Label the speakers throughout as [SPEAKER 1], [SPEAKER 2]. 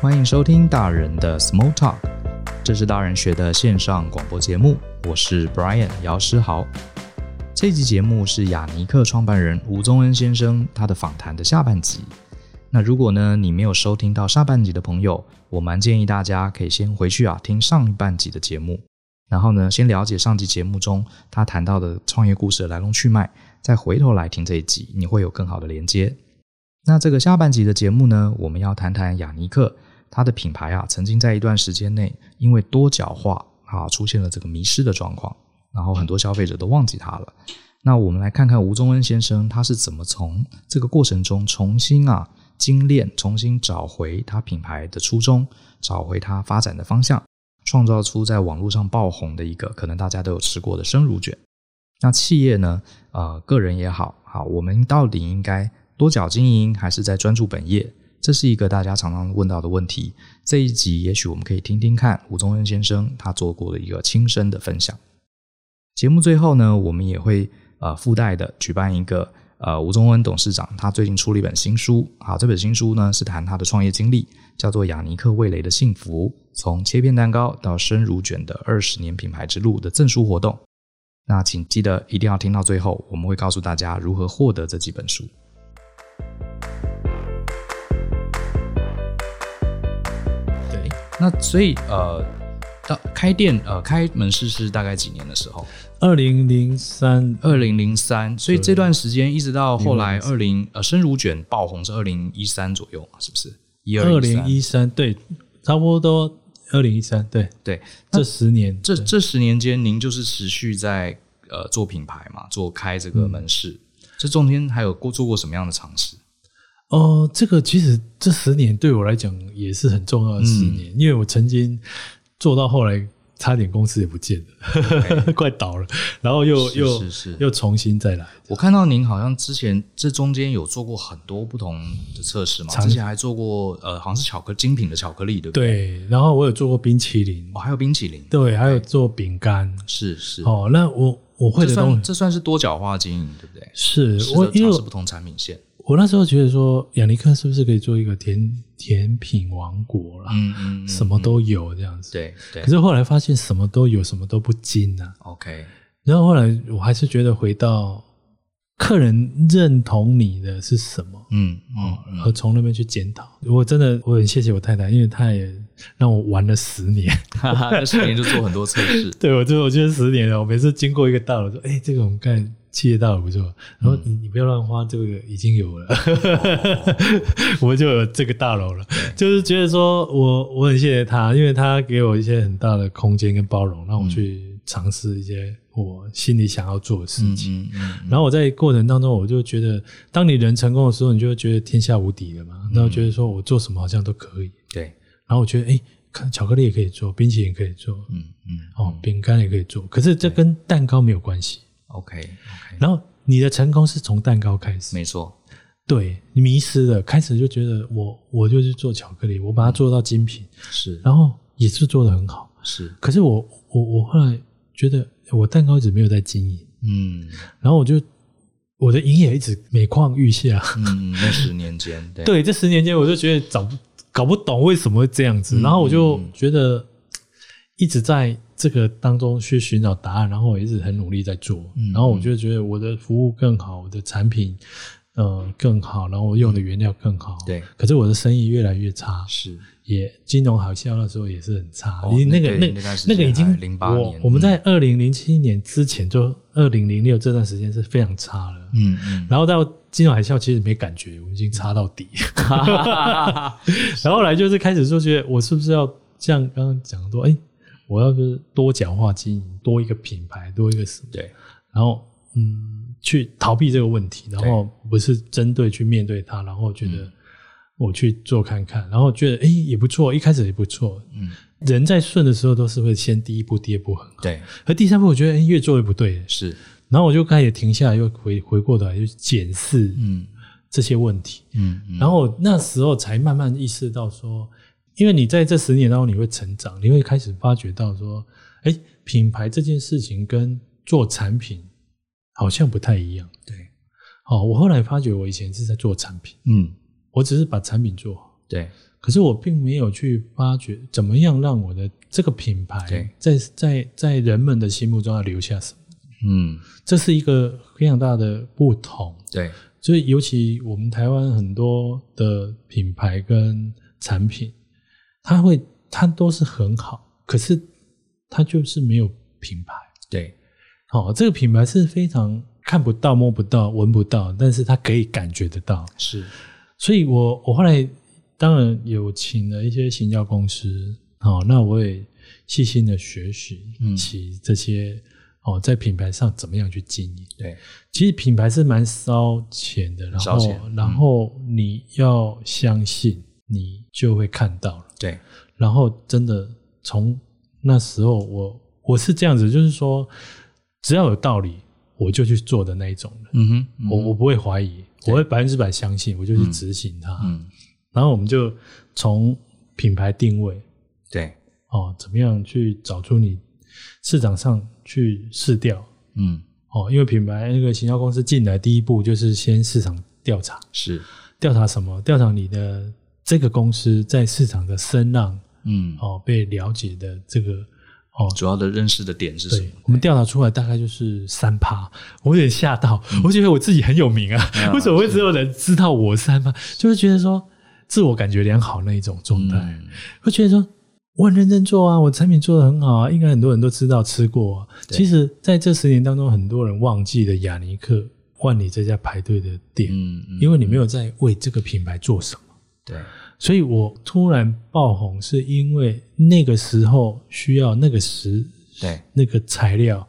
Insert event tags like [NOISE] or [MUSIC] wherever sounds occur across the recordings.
[SPEAKER 1] 欢迎收听大人的 Small Talk，这是大人学的线上广播节目，我是 Brian 姚诗豪。这集节目是雅尼克创办人吴宗恩先生他的访谈的下半集。那如果呢你没有收听到下半集的朋友，我蛮建议大家可以先回去啊听上一半集的节目，然后呢先了解上集节目中他谈到的创业故事的来龙去脉，再回头来听这一集，你会有更好的连接。那这个下半集的节目呢，我们要谈谈雅尼克它的品牌啊，曾经在一段时间内因为多角化啊出现了这个迷失的状况，然后很多消费者都忘记它了。那我们来看看吴宗恩先生他是怎么从这个过程中重新啊精炼，重新找回他品牌的初衷，找回他发展的方向，创造出在网络上爆红的一个可能大家都有吃过的生乳卷。那企业呢，呃，个人也好，好，我们到底应该多角经营，还是在专注本业？这是一个大家常常问到的问题。这一集也许我们可以听听看吴宗恩先生他做过的一个亲身的分享。节目最后呢，我们也会呃附带的举办一个呃吴宗恩董事长他最近出了一本新书，好，这本新书呢是谈他的创业经历，叫做《雅尼克味蕾的幸福：从切片蛋糕到生乳卷的二十年品牌之路》的证书活动。那请记得一定要听到最后，我们会告诉大家如何获得这几本书。对，那所以呃，到开店呃开门市是大概几年的时候？
[SPEAKER 2] 二零零三
[SPEAKER 1] 二零零三，所以这段时间一直到后来
[SPEAKER 2] 2003
[SPEAKER 1] 二零呃生乳卷爆红是二零一三左右嘛，是不是？一
[SPEAKER 2] 二零一三，对，差不多二零一三，对，
[SPEAKER 1] 对，那
[SPEAKER 2] 这十年，
[SPEAKER 1] 这
[SPEAKER 2] 对
[SPEAKER 1] 这十年间，您就是持续在呃做品牌嘛，做开这个门市，这中间还有过做过什么样的尝试？
[SPEAKER 2] 哦，这个其实这十年对我来讲也是很重要的十年，因为我曾经做到后来差点公司也不见了， [LAUGHS] 快倒了，然后又
[SPEAKER 1] 是
[SPEAKER 2] 又
[SPEAKER 1] 是是
[SPEAKER 2] 又重新再来，
[SPEAKER 1] 我看到您好像之前这中间有做过很多不同的测试嘛，
[SPEAKER 2] 尝
[SPEAKER 1] 之前还做过呃，好像是巧克精品的巧克力，对不对？
[SPEAKER 2] 对，然后我有做过冰淇淋，
[SPEAKER 1] 哦，还有冰淇淋，
[SPEAKER 2] 对，还有做饼干，
[SPEAKER 1] 是是，
[SPEAKER 2] 哦，那我我会
[SPEAKER 1] 这
[SPEAKER 2] 的东
[SPEAKER 1] 算
[SPEAKER 2] 西
[SPEAKER 1] 这算是多角化经营，对不对？
[SPEAKER 2] 是
[SPEAKER 1] 试
[SPEAKER 2] 我
[SPEAKER 1] 着
[SPEAKER 2] 因
[SPEAKER 1] 尝
[SPEAKER 2] 为
[SPEAKER 1] 试不同产品线，
[SPEAKER 2] 我那时候觉得说，雅尼克是不是可以做一个甜甜品王国啦？
[SPEAKER 1] 嗯嗯，嗯
[SPEAKER 2] 什么都有这样子。
[SPEAKER 1] 对对
[SPEAKER 2] 可。是后来发现什么都有，什么都不精啊。
[SPEAKER 1] OK，
[SPEAKER 2] 然后后来我还是觉得回到客人认同你的是什么，
[SPEAKER 1] 嗯嗯
[SPEAKER 2] 然后从那边去检讨。我真的我很谢谢我太太，因为她也让我玩了十年。
[SPEAKER 1] 哈哈， [LAUGHS] 那十年就做很多测
[SPEAKER 2] [LAUGHS]
[SPEAKER 1] 试，
[SPEAKER 2] 对我就我觉得十年了，我每次经过一个大楼说，哎、这个我们干企业大楼不错，然后你
[SPEAKER 1] 嗯
[SPEAKER 2] 你不要乱花，这个已经有了， [LAUGHS] 我们就有这个大楼了，就是觉得说我我很谢谢他，因为他给我一些很大的空间跟包容，让
[SPEAKER 1] 嗯
[SPEAKER 2] 我去尝试一些我心里想要做的事
[SPEAKER 1] 嗯
[SPEAKER 2] 情。
[SPEAKER 1] 嗯嗯
[SPEAKER 2] 然后我在过程当中，我就觉得，当你人成功的时候，你就会觉得天下无敌了嘛。
[SPEAKER 1] 嗯
[SPEAKER 2] 然后觉得说我做什么好像都可以。
[SPEAKER 1] 对，
[SPEAKER 2] 然后我觉得，哎、看巧克力也可以做，冰淇淋也可以做，
[SPEAKER 1] 嗯嗯
[SPEAKER 2] 哦，饼干也可以做，可是这跟蛋糕没有关系。
[SPEAKER 1] ，OK OK，
[SPEAKER 2] 然后你的成功是从蛋糕开始，
[SPEAKER 1] 没错，
[SPEAKER 2] 对，你迷失了，开始就觉得我我就去做巧克力，我把它做到精品，
[SPEAKER 1] 是
[SPEAKER 2] 然后也是做的很好。
[SPEAKER 1] 是，
[SPEAKER 2] 可是我我我后来觉得我蛋糕一直没有在经营，
[SPEAKER 1] 嗯
[SPEAKER 2] 然后我就我的营业一直每况愈下。
[SPEAKER 1] 嗯，那十年间，对
[SPEAKER 2] 对，这十年间我就觉得找不搞不懂为什么会这样子，
[SPEAKER 1] 嗯
[SPEAKER 2] 然后我就
[SPEAKER 1] 嗯嗯
[SPEAKER 2] 觉得一直在这个当中去寻找答案，然后我一直很努力在做，
[SPEAKER 1] 嗯
[SPEAKER 2] 然后我就觉得我的服务更好，我的产品呃更好，然后我用的原料更好，
[SPEAKER 1] 对
[SPEAKER 2] 可是我的生意越来越差，
[SPEAKER 1] 是
[SPEAKER 2] 也金融海啸那时候也是很差，
[SPEAKER 1] 哦
[SPEAKER 2] 因为那
[SPEAKER 1] 那对
[SPEAKER 2] 个那
[SPEAKER 1] 那段时
[SPEAKER 2] 那个
[SPEAKER 1] 间
[SPEAKER 2] 已经
[SPEAKER 1] 还08
[SPEAKER 2] 我
[SPEAKER 1] 年
[SPEAKER 2] 我们
[SPEAKER 1] 嗯
[SPEAKER 2] 在二零零七年之前就二零零六这段时间是非常差了，
[SPEAKER 1] 嗯嗯，
[SPEAKER 2] 然后到金融海啸其实没感觉，我们已经差到
[SPEAKER 1] [LAUGHS]
[SPEAKER 2] 底。然后后来就是开始就觉得，我是不是要像刚刚讲的说，哎，我要是多角化经营，多一个品牌，多一个什么？
[SPEAKER 1] 对，
[SPEAKER 2] 然后嗯，去逃避这个问题，然后不是针对去面对它，然后觉
[SPEAKER 1] 嗯
[SPEAKER 2] 得我去做看看，然后觉得哎也不错，一开始也不错。
[SPEAKER 1] 嗯，
[SPEAKER 2] 人在顺的时候都是会先第一步、第二步很好，
[SPEAKER 1] 对，
[SPEAKER 2] 而第三步我觉得哎越做越不对，
[SPEAKER 1] 是，
[SPEAKER 2] 然后我就开始停下来，又回回过头来就检视
[SPEAKER 1] 嗯
[SPEAKER 2] 这些问题。
[SPEAKER 1] 嗯嗯，
[SPEAKER 2] 然后那时候才慢慢意识到说，因为你在这十年当中你会成长，你会开始发觉到说，哎，品牌这件事情跟做产品好像不太一样。
[SPEAKER 1] 对，
[SPEAKER 2] 哦，我后来发觉我以前是在做产品，
[SPEAKER 1] 嗯
[SPEAKER 2] 我只是把产品做好，
[SPEAKER 1] 对，
[SPEAKER 2] 可是我并没有去发掘怎么样让我的这个
[SPEAKER 1] 对
[SPEAKER 2] 品牌在在在人们的心目中要留下什么，
[SPEAKER 1] 嗯，
[SPEAKER 2] 这是一个非常大的不同。
[SPEAKER 1] 对，
[SPEAKER 2] 所以，尤其我们台湾很多的品牌跟产品，它会它都是很好，可是它就是没有品牌。
[SPEAKER 1] 对，
[SPEAKER 2] 好、这个品牌是非常看不到、摸不到、闻不到，但是它可以感觉得到。
[SPEAKER 1] 是，
[SPEAKER 2] 所以我我后来当然有请了一些行销公司，哦，那我也细心的学习
[SPEAKER 1] 嗯，
[SPEAKER 2] 其这些、哦，在品牌上怎么样去经营。
[SPEAKER 1] 对，
[SPEAKER 2] 其实品牌是蛮烧钱的，然
[SPEAKER 1] 烧钱
[SPEAKER 2] 后
[SPEAKER 1] 嗯
[SPEAKER 2] 然后你要相信，你就会看到了。
[SPEAKER 1] 对，
[SPEAKER 2] 然后真的从那时候我，我是这样子，就是说，只要有道理，我就去做的那一种人。
[SPEAKER 1] 嗯哼，嗯
[SPEAKER 2] 我我不会怀疑，我会百分之百相信，我就去执行它。
[SPEAKER 1] 嗯，
[SPEAKER 2] 然后我们就从品牌定位
[SPEAKER 1] 对，
[SPEAKER 2] 哦，怎么样去找出你市场上去试调
[SPEAKER 1] 嗯，
[SPEAKER 2] 哦，因为品牌那个行销公司进来第一步就是先市场调查，
[SPEAKER 1] 是，
[SPEAKER 2] 调查什么？调查你的这个公司在市场的声浪
[SPEAKER 1] 嗯，
[SPEAKER 2] 哦，被了解的这个哦。
[SPEAKER 1] 主要的认识的点是什
[SPEAKER 2] 对
[SPEAKER 1] 么？，
[SPEAKER 2] 我们调查出来大概就是三趴，我有点吓到，我觉得我自己很有名啊，
[SPEAKER 1] 嗯
[SPEAKER 2] 为什么会只有人知道我三趴？就是觉得说自我感觉良好那一种状态，
[SPEAKER 1] 嗯，
[SPEAKER 2] 会觉得说我很认真做啊，我产品做的很好啊，应该很多人都知道吃过啊。
[SPEAKER 1] 对
[SPEAKER 2] 其实，在这十年当中，很多人忘记了雅尼克万里这家排队的店，
[SPEAKER 1] 嗯，嗯
[SPEAKER 2] 因为你没有在为这个品牌做什么。
[SPEAKER 1] 对，
[SPEAKER 2] 所以我突然爆红，是因为那个时候需要那个时
[SPEAKER 1] 对，
[SPEAKER 2] 那个材料，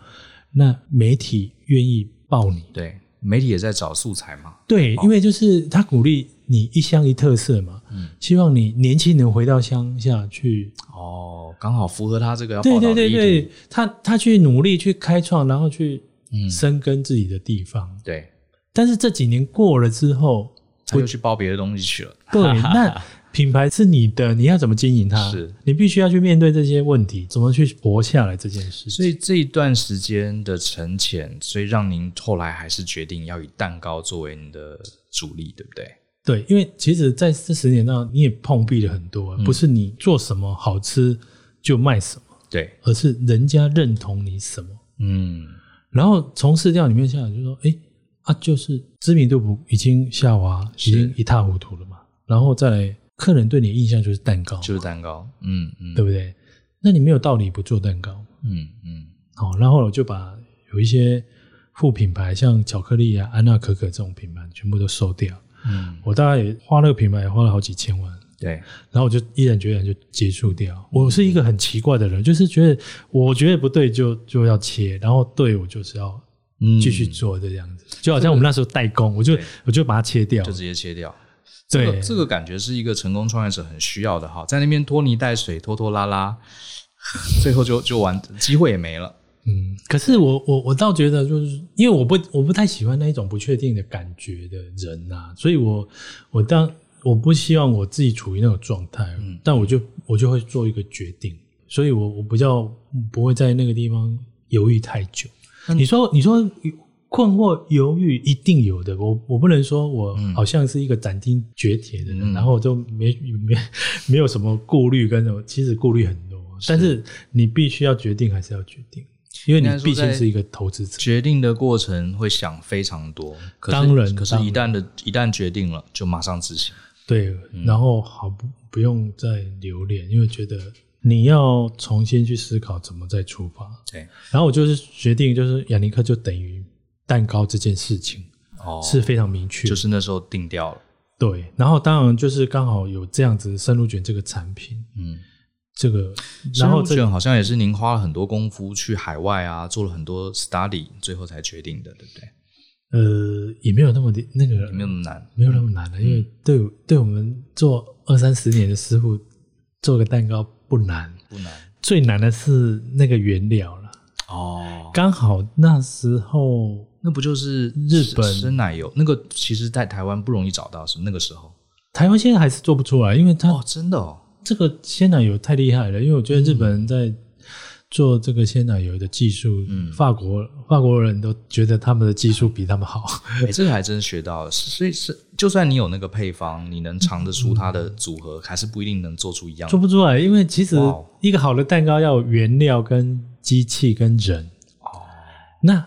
[SPEAKER 2] 那媒体愿意报你。
[SPEAKER 1] 对，媒体也在找素材嘛，
[SPEAKER 2] 对，因为就是他鼓励你一乡一特色嘛，
[SPEAKER 1] 嗯
[SPEAKER 2] 希望你年轻人回到乡下去
[SPEAKER 1] 哦，刚好符合他这个要
[SPEAKER 2] 对
[SPEAKER 1] 报道
[SPEAKER 2] 对
[SPEAKER 1] 的
[SPEAKER 2] 对
[SPEAKER 1] 议
[SPEAKER 2] 对
[SPEAKER 1] 题，，
[SPEAKER 2] 他他去努力去开创，然后去
[SPEAKER 1] 嗯，
[SPEAKER 2] 深耕自己的地方。
[SPEAKER 1] 对，
[SPEAKER 2] 但是这几年过了之后，
[SPEAKER 1] [LAUGHS] 他又去报别的东西去了，
[SPEAKER 2] 对，那品牌是你的，你要怎么经营它？
[SPEAKER 1] 是
[SPEAKER 2] 你必须要去面对这些问题，怎么去活下来这件事
[SPEAKER 1] 所
[SPEAKER 2] 情。
[SPEAKER 1] 以这一段时间的沉潜，所以让您后来还是决定要以蛋糕作为你的主力，对不对？
[SPEAKER 2] 对，因为其实在这十年上，你也碰壁了很多
[SPEAKER 1] 嗯
[SPEAKER 2] 啊、不是你做什么好吃就卖什么，
[SPEAKER 1] 对，
[SPEAKER 2] 而是人家认同你什么。
[SPEAKER 1] 嗯，
[SPEAKER 2] 然后从市调里面下来就说，哎，啊，就是知名度不已经下滑，
[SPEAKER 1] 是
[SPEAKER 2] 已经一塌糊涂了嘛。然后再来，客人对你的印象就是蛋糕，
[SPEAKER 1] 就是蛋糕，嗯嗯，
[SPEAKER 2] 对不对？那你没有道理不做蛋糕。
[SPEAKER 1] 嗯嗯，
[SPEAKER 2] 好、然后我就把有一些副品牌，像巧克力啊、安娜可可这种品牌，全部都收掉。
[SPEAKER 1] 嗯，
[SPEAKER 2] 我大概也花那个品牌也花了好几千万，
[SPEAKER 1] 对，
[SPEAKER 2] 然后我就毅然决然就结束掉。我是一个很奇怪的人，就是觉得我觉得不对就就要切，然后对我就是要
[SPEAKER 1] 嗯
[SPEAKER 2] 继续做这样子，就好像我们那时候代工，我就
[SPEAKER 1] 对
[SPEAKER 2] 我就把它切掉
[SPEAKER 1] 就，直接切掉。这
[SPEAKER 2] 对
[SPEAKER 1] 个，这个感觉是一个成功创业者很需要的哈，在那边拖泥带水、拖拖拉拉，最后就就完，机会也没了。
[SPEAKER 2] 嗯。可是我我我倒觉得就是因为我不我不太喜欢那一种不确定的感觉的人呐、所以我我当我不希望我自己处于那种状态，
[SPEAKER 1] 嗯
[SPEAKER 2] 但我就我就会做一个决定，所以我我比较不会在那个地方犹豫太久。
[SPEAKER 1] 嗯
[SPEAKER 2] 你说你说。困惑、犹豫一定有的，我我不能说我
[SPEAKER 1] 嗯
[SPEAKER 2] 好像是一个斩钉截铁的人，
[SPEAKER 1] 嗯
[SPEAKER 2] 然后就没没没有什么顾虑跟什么，其实顾虑很多，但是你必须要决定，还是要决定，因为你
[SPEAKER 1] 应该说
[SPEAKER 2] 毕竟
[SPEAKER 1] 在
[SPEAKER 2] 是一个投资者。
[SPEAKER 1] 决定的过程会想非常多，可是
[SPEAKER 2] 当然
[SPEAKER 1] 可是一旦的一旦决定了，就马上执行。
[SPEAKER 2] 对，
[SPEAKER 1] 嗯
[SPEAKER 2] 然后好不不用再留恋，因为觉得你要重新去思考怎么再出发。
[SPEAKER 1] 对，
[SPEAKER 2] 然后我就是决定，就是雅尼克就等于蛋糕这件事情
[SPEAKER 1] 哦，
[SPEAKER 2] 是非常明确的，
[SPEAKER 1] 就是那时候定掉了。
[SPEAKER 2] 对。然后当然就是刚好有这样子生乳卷这个产品，
[SPEAKER 1] 嗯，
[SPEAKER 2] 这个然后这
[SPEAKER 1] 这好像也是您花了很多功夫去海外啊，做了很多 study，最后才决定的，对不对？
[SPEAKER 2] 呃也没有那么的那个
[SPEAKER 1] 也没有那么难。嗯
[SPEAKER 2] 没有那么难的，因为对我对我们做二三十年的师傅做个蛋糕不难，
[SPEAKER 1] 不难
[SPEAKER 2] 最难的是那个原料了。
[SPEAKER 1] 哦，
[SPEAKER 2] 刚好那时候
[SPEAKER 1] 那不就是
[SPEAKER 2] 日本
[SPEAKER 1] 生奶油？那个其实，在台湾不容易找到，是那个时候
[SPEAKER 2] 台湾现在还是做不出来，因为它
[SPEAKER 1] 哦，真的哦，
[SPEAKER 2] 这个鲜奶油太厉害了。因为我觉得日本人在做这个鲜奶油的技术，
[SPEAKER 1] 嗯
[SPEAKER 2] 法国法国人都觉得他们的技术比他们好。
[SPEAKER 1] 哎、这个还真学到了。是所以是，就算你有那个配方，你能尝得
[SPEAKER 2] 嗯
[SPEAKER 1] 出它的组合，还是不一定能做出一样的
[SPEAKER 2] [LAUGHS] 做不出来，因为其实
[SPEAKER 1] 哇哦
[SPEAKER 2] 一个好的蛋糕要有原料、跟机器、跟人。
[SPEAKER 1] 哦
[SPEAKER 2] 那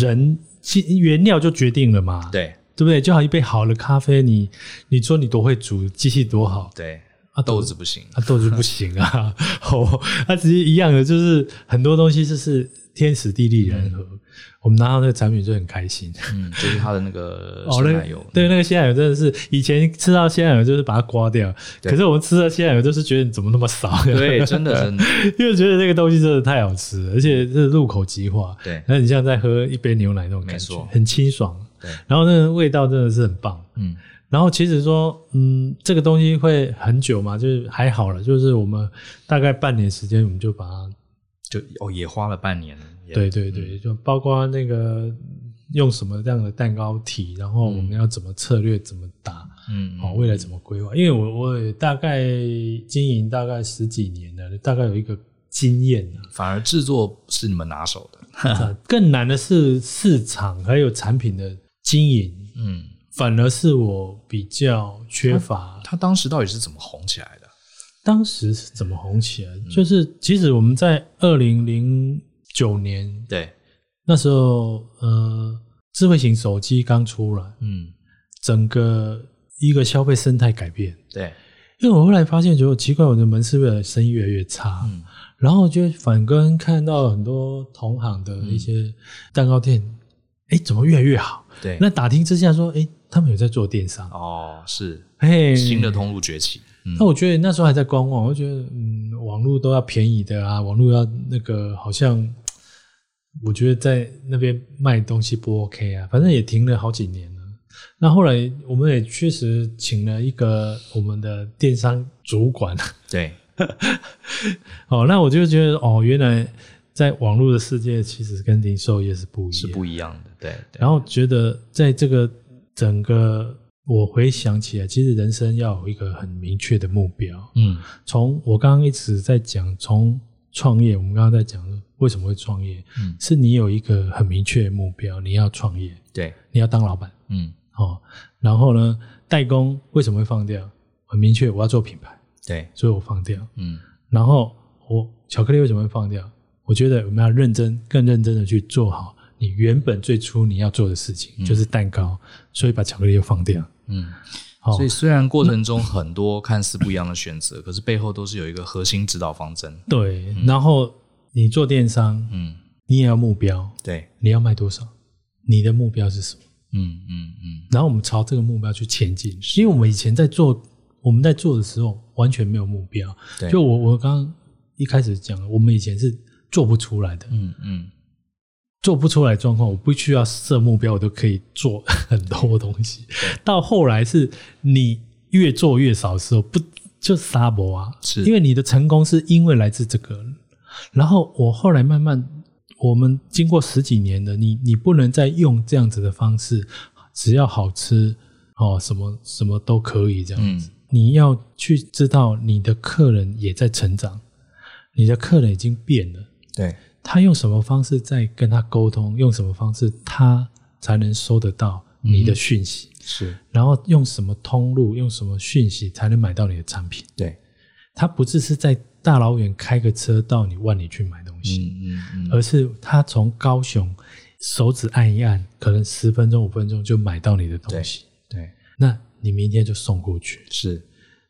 [SPEAKER 2] 人其原料就决定了嘛，
[SPEAKER 1] 对
[SPEAKER 2] 对不对？就好一杯好的咖啡，你你说你多会煮，机器多好
[SPEAKER 1] 对，
[SPEAKER 2] 啊，
[SPEAKER 1] 豆子不行。
[SPEAKER 2] 啊，豆子不行啊， [LAUGHS] 哦，它其实一样的，就是很多东西就是天时地利人和，我们拿到那个产品就很开心。
[SPEAKER 1] 嗯，就是它的那个
[SPEAKER 2] [LAUGHS] 哦，
[SPEAKER 1] 鲜
[SPEAKER 2] 那
[SPEAKER 1] 奶
[SPEAKER 2] 个
[SPEAKER 1] 油，
[SPEAKER 2] 对那个鲜奶油真的是以前吃到鲜奶油就是把它刮掉，
[SPEAKER 1] 对
[SPEAKER 2] 可是我们吃到鲜奶油就是觉得你怎么那么少？ [LAUGHS]
[SPEAKER 1] 对，真的真的，
[SPEAKER 2] 因为觉得这个东西真的太好吃了，而且是入口即化。
[SPEAKER 1] 对
[SPEAKER 2] 那你像在喝一杯牛奶那种
[SPEAKER 1] 没
[SPEAKER 2] 感觉
[SPEAKER 1] 错，
[SPEAKER 2] 很清爽。
[SPEAKER 1] 对
[SPEAKER 2] 然后那个味道真的是很棒。
[SPEAKER 1] 嗯
[SPEAKER 2] 然后其实说，嗯，这个东西会很久嘛，就是还好了，就是我们大概半年时间，我们就把它，
[SPEAKER 1] 就哦也花了半年，也
[SPEAKER 2] 对对对，就包括那个用什么样的蛋糕体，然后我们要怎么策略，怎么打，哦
[SPEAKER 1] 嗯，
[SPEAKER 2] 好、未来怎么规划？因为我我也大概经营大概十几年了，大概有一个经验啊。
[SPEAKER 1] 反而制作是你们拿手的，
[SPEAKER 2] 啊更难的是市场还有产品的经营，
[SPEAKER 1] 嗯，
[SPEAKER 2] 反而是我比较缺乏。
[SPEAKER 1] 他当时到底是怎么红起来的？
[SPEAKER 2] 当时是怎么红起来？
[SPEAKER 1] 嗯
[SPEAKER 2] 就是即使我们在二零零九年
[SPEAKER 1] 对，
[SPEAKER 2] 那时候，呃，智慧型手机刚出来，
[SPEAKER 1] 嗯，
[SPEAKER 2] 整个一个消费生态改变。
[SPEAKER 1] 对，
[SPEAKER 2] 因为我后来发现，觉得奇怪，我的门市的生意越来越差，
[SPEAKER 1] 嗯
[SPEAKER 2] 然后就反观看到很多同行的一些蛋糕店，哎、怎么越来越好？
[SPEAKER 1] 嗯对，
[SPEAKER 2] 那打听之下说，哎、他们有在做电商，
[SPEAKER 1] 哦是
[SPEAKER 2] 嘿，
[SPEAKER 1] 新的。通路崛起，嗯
[SPEAKER 2] 那我觉得那时候还在观望，我就觉得嗯，网络都要便宜的啊，网络要那个好像，我觉得在那边卖东西不 OK 啊，反正也停了好几年了。那后来我们也确实请了一个我们的电商主管，
[SPEAKER 1] 对，
[SPEAKER 2] 哦，那我就觉得哦，原来在网络的世界其实跟零售业是不一样，
[SPEAKER 1] 是不一样的，对对，
[SPEAKER 2] 然后觉得在这个整个，我回想起来，其实人生要有一个很明确的目标。
[SPEAKER 1] 嗯
[SPEAKER 2] 从我刚刚一直在讲，从创业，我们刚刚在讲为什么会创业，
[SPEAKER 1] 嗯
[SPEAKER 2] 是你有一个很明确的目标，你要创业，
[SPEAKER 1] 对，
[SPEAKER 2] 你要当老板
[SPEAKER 1] 嗯
[SPEAKER 2] 哦。然后呢，代工为什么会放掉？很明确，我要做品牌，
[SPEAKER 1] 对，
[SPEAKER 2] 所以我放掉。
[SPEAKER 1] 嗯
[SPEAKER 2] 然后我巧克力为什么会放掉？我觉得我们要认真、更认真的去做好你原本最初你要做的事情，就是蛋糕，所以把巧克力又放掉。哦
[SPEAKER 1] 嗯。
[SPEAKER 2] 好、
[SPEAKER 1] 所以虽然过程中很多看似不一样的选择，可是背后都是有一个核心指导方针。
[SPEAKER 2] 对，然后你做电商，
[SPEAKER 1] 嗯，
[SPEAKER 2] 你也要目标，
[SPEAKER 1] 对，
[SPEAKER 2] 你要卖多少，你的目标是什么？
[SPEAKER 1] 嗯嗯嗯，
[SPEAKER 2] 然后我们朝这个目标去前进，因为我们以前在做，我们在做的时候完全没有目标。
[SPEAKER 1] 对，
[SPEAKER 2] 就我我刚刚一开始讲了，我们以前是做不出来的，
[SPEAKER 1] 嗯嗯，
[SPEAKER 2] 做不出来状况，我不需要设目标，我都可以做很多东西。到后来是你越做越少的时候，不就沙博啊？
[SPEAKER 1] 是
[SPEAKER 2] 因为你的成功是因为来自这个。然后我后来慢慢，我们经过十几年的，你你不能再用这样子的方式，只要好吃哦，什么什么都可以这
[SPEAKER 1] 嗯
[SPEAKER 2] 样子。你要去知道你的客人也在成长，你的客人已经变了。
[SPEAKER 1] 对，
[SPEAKER 2] 他用什么方式在跟他沟通，用什么方式他才能收得到
[SPEAKER 1] 嗯
[SPEAKER 2] 你的讯息，
[SPEAKER 1] 是，
[SPEAKER 2] 然后用什么通路，用什么讯息才能买到你的产品。
[SPEAKER 1] 对，
[SPEAKER 2] 他不只是在大老远开个车到你万里去买东西，
[SPEAKER 1] 嗯嗯嗯，
[SPEAKER 2] 而是他从高雄手指按一按，可能十分钟五分钟就买到你的东西，
[SPEAKER 1] 对，
[SPEAKER 2] 那你明天就送过去。
[SPEAKER 1] 是，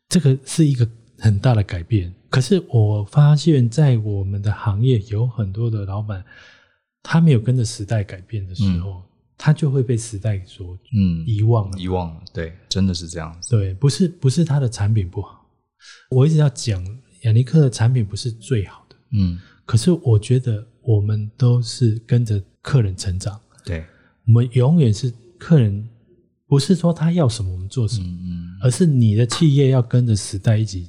[SPEAKER 2] 这个是一个很大的改变。可是我发现，在我们的行业有很多的老板，他没有跟着时代改变的时候，他就会被时代所
[SPEAKER 1] 嗯，
[SPEAKER 2] 遗忘了。
[SPEAKER 1] 遗忘了，对，真的是这样子。
[SPEAKER 2] 对，不是不是他的产品不好，我一直要讲雅尼克的产品不是最好的，
[SPEAKER 1] 嗯，
[SPEAKER 2] 可是我觉得我们都是跟着客人成长，
[SPEAKER 1] 对，
[SPEAKER 2] 我们永远是客人，不是说他要什么我们做什么，
[SPEAKER 1] 嗯嗯，
[SPEAKER 2] 而是你的企业要跟着时代一起，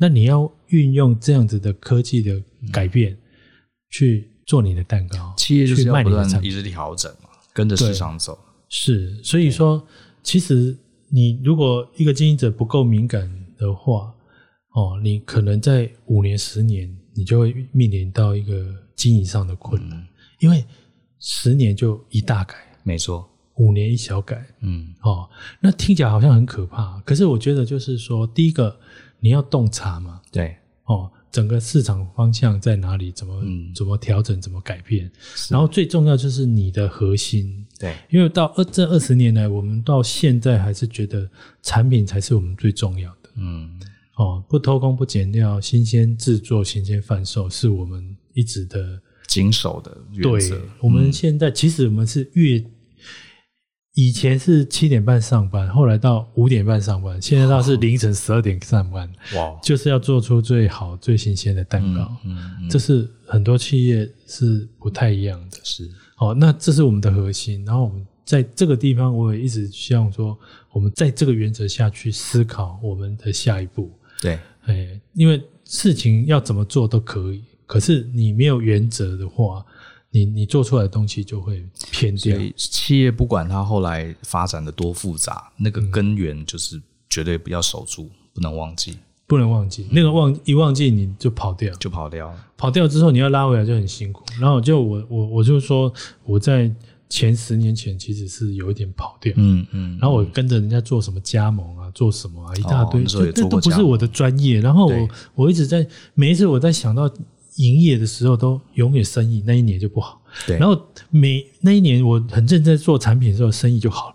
[SPEAKER 2] 那你要运用这样子的科技的改变、去做你的蛋糕，
[SPEAKER 1] 企业就是
[SPEAKER 2] 去
[SPEAKER 1] 要
[SPEAKER 2] 卖
[SPEAKER 1] 不
[SPEAKER 2] 你的产
[SPEAKER 1] 断一
[SPEAKER 2] 品。
[SPEAKER 1] 直调整嘛，跟着市场走。
[SPEAKER 2] 是，所以说，其实你如果一个经营者不够敏感的话，哦，你可能在五年、十年，你就会面临到一个经营上的困难，
[SPEAKER 1] 嗯
[SPEAKER 2] 因为十年就一大改，
[SPEAKER 1] 没错，
[SPEAKER 2] 五年一小改，
[SPEAKER 1] 嗯
[SPEAKER 2] 哦，那听起来好像很可怕，可是我觉得就是说，第一个你要洞察嘛，
[SPEAKER 1] 对，
[SPEAKER 2] 哦，整个市场方向在哪里，怎么、
[SPEAKER 1] 嗯
[SPEAKER 2] 怎么调整，怎么改变，然后最重要就是你的核心，
[SPEAKER 1] 对，
[SPEAKER 2] 因为到二这二十年来，我们到现在还是觉得产品才是我们最重要的
[SPEAKER 1] 嗯
[SPEAKER 2] 哦，不偷工不减料，新鲜制作、新鲜贩售是我们一直的
[SPEAKER 1] 谨守的原
[SPEAKER 2] 对
[SPEAKER 1] 则，。嗯
[SPEAKER 2] 我们现在其实我们是越以前是七点半上班，后来到五点半上班，现在到是
[SPEAKER 1] 哦
[SPEAKER 2] 凌晨十二点上班，
[SPEAKER 1] 哇，
[SPEAKER 2] 就是要做出最好、最新鲜的蛋糕。
[SPEAKER 1] 嗯嗯，
[SPEAKER 2] 这是很多企业是不太一样的。
[SPEAKER 1] 是
[SPEAKER 2] 好，那这是我们的核心。然后我们在这个地方，我也一直希望说，我们在这个原则下去思考我们的下一步。
[SPEAKER 1] 对，
[SPEAKER 2] 哎，因为事情要怎么做都可以，可是你没有原则的话，你你做出来的东西就会偏
[SPEAKER 1] 所
[SPEAKER 2] 掉。
[SPEAKER 1] 以企业不管它后来发展的多复杂，那个根源就是绝对不要守住，不能忘记，
[SPEAKER 2] 不能忘记，那个忘一忘记你就跑掉，
[SPEAKER 1] 就跑掉了。
[SPEAKER 2] 跑掉之后你要拉回来就很辛苦。然后就我我我就说我在前十年前其实是有一点跑掉，
[SPEAKER 1] 嗯嗯，
[SPEAKER 2] 然后我跟着人家做什么加盟啊，做什么啊，一大堆，
[SPEAKER 1] 哦那时候也
[SPEAKER 2] 这这
[SPEAKER 1] 做
[SPEAKER 2] 都
[SPEAKER 1] 过
[SPEAKER 2] 不
[SPEAKER 1] 加
[SPEAKER 2] 是
[SPEAKER 1] 盟
[SPEAKER 2] 我的专业。然后
[SPEAKER 1] 对
[SPEAKER 2] 我我一直在每一次我在想到营业的时候，都永远生意那一年就不好。
[SPEAKER 1] 对
[SPEAKER 2] 然后每那一年我很认真做产品的时候，生意就好了。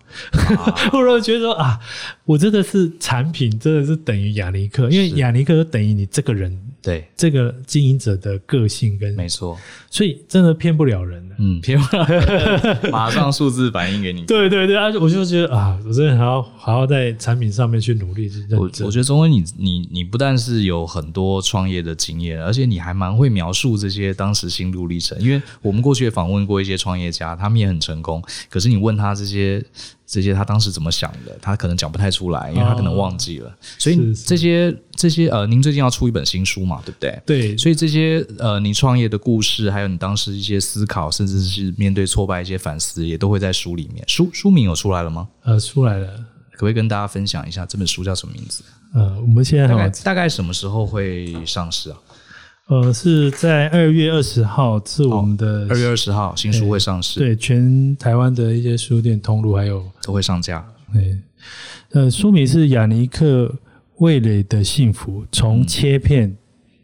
[SPEAKER 2] [LAUGHS] 我然后觉得说啊，我真的是产品真的是等于雅尼克，因为
[SPEAKER 1] 是
[SPEAKER 2] 雅尼克就等于你这个人
[SPEAKER 1] 对，
[SPEAKER 2] 这个经营者的个性跟，
[SPEAKER 1] 没错，
[SPEAKER 2] 所以真的骗不了人的。
[SPEAKER 1] 嗯，偏马上数字反映给你。
[SPEAKER 2] 对对对，啊，我就觉得啊，我真的还要还要在产品上面去努力去认真。
[SPEAKER 1] 我我觉得钟恩，你你你不但是有很多创业的经验，而且你还蛮会描述这些当时心路历程。因为我们过去也访问过一些创业家，他们也很成功，可是你问他这些这些他当时怎么想的，他可能讲不太出来，因为他可能忘记了。所以
[SPEAKER 2] 哦是是
[SPEAKER 1] 这些这些呃，您最近要出一本新书嘛，对不对？
[SPEAKER 2] 对，
[SPEAKER 1] 所以这些呃，你创业的故事，还有你当时一些思考，甚至是面对挫败一些反思，也都会在书里面。书书名有出来了吗？
[SPEAKER 2] 呃，出来了。
[SPEAKER 1] 可不可以跟大家分享一下这本书叫什么名字？
[SPEAKER 2] 呃，我们现在
[SPEAKER 1] 大概
[SPEAKER 2] 好，
[SPEAKER 1] 大概什么时候会上市啊？
[SPEAKER 2] 呃，是在二月二十号是我们的、
[SPEAKER 1] 哦二月二十号新书会上市，，
[SPEAKER 2] 对全台湾的一些书店通路，还有
[SPEAKER 1] 都会上架。
[SPEAKER 2] 对，呃，书名是《雅尼克味蕾的幸福》，从切片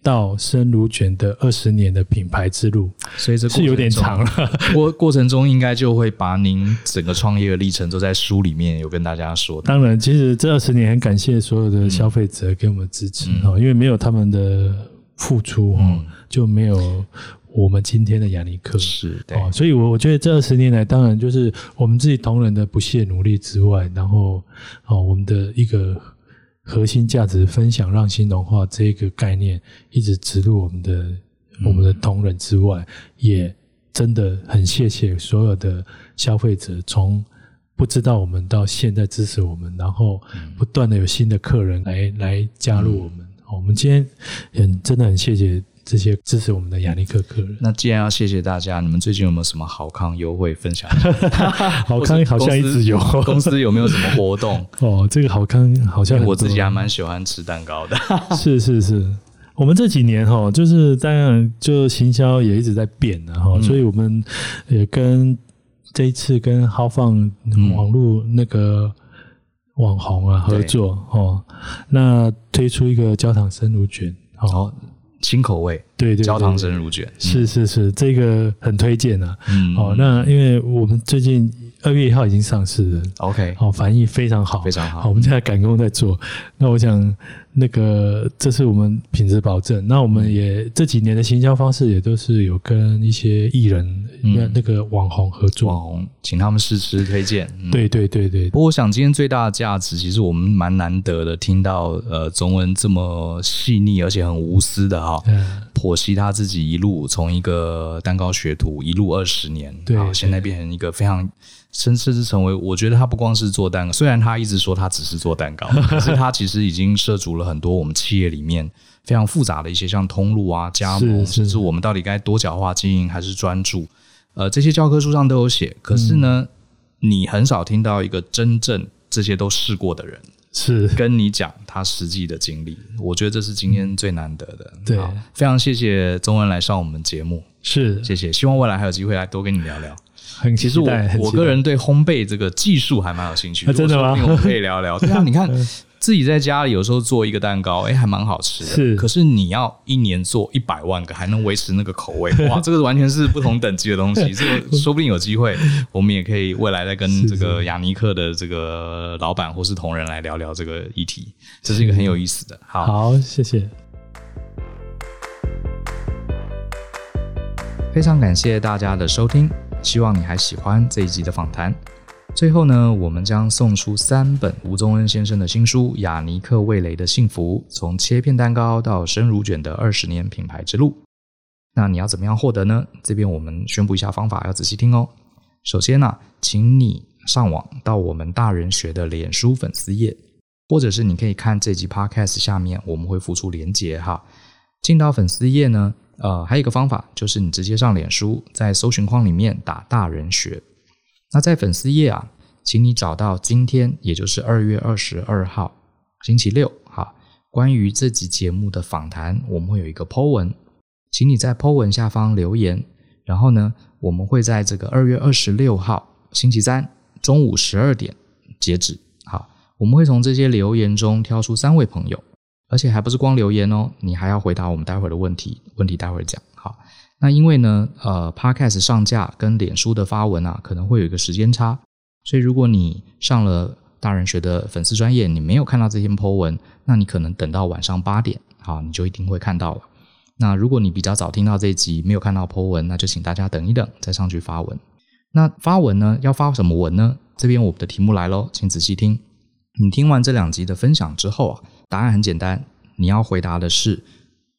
[SPEAKER 2] 到生乳卷的二十年的品牌之路，
[SPEAKER 1] 所以这过程
[SPEAKER 2] 是有点
[SPEAKER 1] 中
[SPEAKER 2] 长，了。 [LAUGHS]
[SPEAKER 1] 过过程中应该就会把您整个创业的历程都在书里面有跟大家说的。
[SPEAKER 2] 当然，其实这二十年很感谢所有的消费者给我们支持
[SPEAKER 1] 嗯
[SPEAKER 2] 哦，因为没有他们的付出哦，
[SPEAKER 1] 嗯，
[SPEAKER 2] 就没有我们今天的雅尼克。
[SPEAKER 1] 是对，
[SPEAKER 2] 哦，所以，我我觉得这二十年来，当然就是我们自己同仁的不懈努力之外，然后哦，我们的一个核心价值分享，让新农化这个概念一直植入我们的、我们的同仁之外，也真的很谢谢所有的消费者，从不知道我们到现在支持我们，然后不断的有新的客人来来加入我们。哦我们今天很真的很谢谢这些支持我们的雅尼克客人。
[SPEAKER 1] 那既然要谢谢大家，你们最近有没有什么好康优惠分享？
[SPEAKER 2] [LAUGHS] 好康好像一直有
[SPEAKER 1] [LAUGHS] 公司有没有什么活动？
[SPEAKER 2] [LAUGHS] 哦，这个好康好
[SPEAKER 1] 因
[SPEAKER 2] 像
[SPEAKER 1] 为
[SPEAKER 2] 很
[SPEAKER 1] 我自己啊还
[SPEAKER 2] 多
[SPEAKER 1] 蛮喜欢吃蛋糕
[SPEAKER 2] [LAUGHS]
[SPEAKER 1] 的。
[SPEAKER 2] 是是是，我们这几年哈，就是当然就行销也一直在变然后，
[SPEAKER 1] 嗯
[SPEAKER 2] 所以我们也跟这一次跟豪放
[SPEAKER 1] 嗯
[SPEAKER 2] 网络那个网红啊合
[SPEAKER 1] 对
[SPEAKER 2] 作哦，
[SPEAKER 1] 嗯
[SPEAKER 2] 那推出一个焦糖生乳卷哦，
[SPEAKER 1] 哦，新口味
[SPEAKER 2] 对对对，
[SPEAKER 1] 焦糖
[SPEAKER 2] 对
[SPEAKER 1] 生乳卷，
[SPEAKER 2] 是是是，这个很推荐啊。
[SPEAKER 1] 嗯，
[SPEAKER 2] 哦，那因为我们最近二月一号已经上市了，
[SPEAKER 1] OK，
[SPEAKER 2] 哦，反应非常好
[SPEAKER 1] 非，常
[SPEAKER 2] 好，
[SPEAKER 1] 好
[SPEAKER 2] 我，们现在赶工在做。那我想，那个这是我们品质保证。那我
[SPEAKER 1] 嗯
[SPEAKER 2] 们也这几年的行销方式也都是有跟一些艺人、
[SPEAKER 1] 嗯
[SPEAKER 2] 那那个网红合
[SPEAKER 1] 网
[SPEAKER 2] 作。
[SPEAKER 1] 红，请他们试吃推荐。嗯。
[SPEAKER 2] 对对对对，
[SPEAKER 1] 不过，我想今天最大的价值，其实我们蛮难得的，听到呃中文这么细腻而且很无私的哈、
[SPEAKER 2] 嗯，
[SPEAKER 1] 剖析他自己一路从一个蛋糕学徒一路二十年，
[SPEAKER 2] 对
[SPEAKER 1] 啊
[SPEAKER 2] 对
[SPEAKER 1] 现在变成一个非常甚甚至成为，我觉得他不光是做蛋糕，虽然他一直说他只是做蛋
[SPEAKER 2] [LAUGHS]
[SPEAKER 1] 糕，可是他其实已经涉足了很多我们企业里面非常复杂的一些像通路啊、加盟，
[SPEAKER 2] 是是
[SPEAKER 1] 甚至我们到底该多角化经营还是专注，呃，这些教科书上都
[SPEAKER 2] 嗯
[SPEAKER 1] 有写，可是呢，你很少听到一个真正这些都试过的人。
[SPEAKER 2] 是
[SPEAKER 1] 跟你讲他实际的经历，我觉得这是今天最难得的。
[SPEAKER 2] 对
[SPEAKER 1] 好非常谢谢中恩来上我们节目，
[SPEAKER 2] 是，
[SPEAKER 1] 谢谢，希望未来还有机会来多跟你聊聊。
[SPEAKER 2] 很
[SPEAKER 1] 其实
[SPEAKER 2] 期
[SPEAKER 1] 我
[SPEAKER 2] 待很
[SPEAKER 1] 我
[SPEAKER 2] 期
[SPEAKER 1] 个
[SPEAKER 2] 待
[SPEAKER 1] 人对烘焙这个技术还蛮有兴趣，
[SPEAKER 2] 啊真的吗嗯
[SPEAKER 1] 如果说不定我们可以聊
[SPEAKER 2] [LAUGHS]
[SPEAKER 1] 聊。对啊，你看自己在家里有时候做一个蛋糕，哎、还蛮好吃的。
[SPEAKER 2] 是
[SPEAKER 1] 可是你要一年做一百万个，还能维持那个口
[SPEAKER 2] [LAUGHS]
[SPEAKER 1] 味，哇，这个完全是不同等级的东西。这个说不定有机会，我们也可以未来再跟这个雅尼克的这个老板或是同仁来聊聊这个议题，这是一个很有意思的。好，
[SPEAKER 2] 好，谢谢，
[SPEAKER 1] 非常感谢大家的收听，希望你还喜欢这一集的访谈。最后呢，我们将送出三本吴宗恩先生的新书《雅尼克·味蕾的幸福：从切片蛋糕到生乳卷的二十年品牌之路》。那你要怎么样获得呢？这边我们宣布一下方法，要仔细听哦。首先呢、请你上网到我们大人学的脸书粉丝页，或者是你可以看这集 podcast 下面我们会附出连结哈。进到粉丝页呢，呃，还有一个方法就是你直接上脸书，在搜寻框里面打“大人学”。那在粉丝页啊，请你找到今天，也就是二月二十二号星期六哈，关于这集节目的访谈，我们会有一个 Po 文，请你在 Po 文下方留言。然后呢，我们会在这个二月二十六号星期三中午十二点截止。好，我们会从这些留言中挑出三位朋友，而且还不是光留言哦，你还要回答我们待会儿的问题，问题待会儿讲。好，那因为呢，呃，Podcast 上架跟脸书的发文啊，可能会有一个时间差，所以如果你上了大人学的粉丝专业，你没有看到这篇 po 文，那你可能等到晚上八点，好，你就一定会看到了。那如果你比较早听到这一集，没有看到 po 文，那就请大家等一等，再上去发文。那发文呢，要发什么文呢？这边我们的题目来喽，请仔细听。你听完这两集的分享之后啊，答案很简单，你要回答的是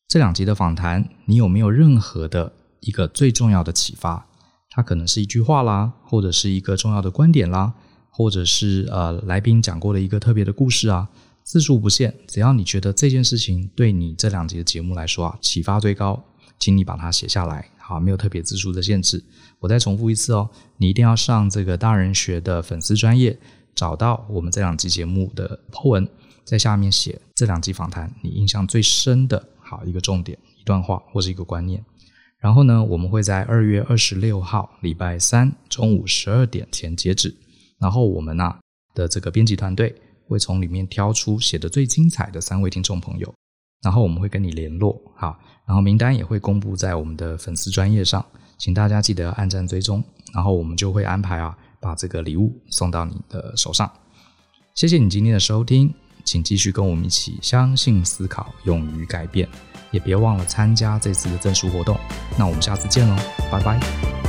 [SPEAKER 1] 这两集的访谈，你有没有任何的一个最重要的启发？它可能是一句话啦，或者是一个重要的观点啦，或者是呃来宾讲过的一个特别的故事啊，字数不限，只要你觉得这件事情对你这两集的节目来说啊启发最高，请你把它写下来。好，没有特别字数的限制。我再重复一次哦，你一定要上这个大人学的粉丝专业，找到我们这两集节目的 po 文，在下面写这两集访谈你印象最深的好一个重点、一段话或是一个观念。然后呢，我们会在二月二十六号礼拜三中午十二点前截止。然后我们呐、的这个编辑团队会从里面挑出写的最精彩的三位听众朋友，然后我们会跟你联络，好，然后名单也会公布在我们的粉丝专业上，请大家记得按赞追踪，然后我们就会安排啊把这个礼物送到你的手上。谢谢你今天的收听，请继续跟我们一起相信、思考、勇于改变，也别忘了参加这次的证书活动。那我们下次见喽，拜拜。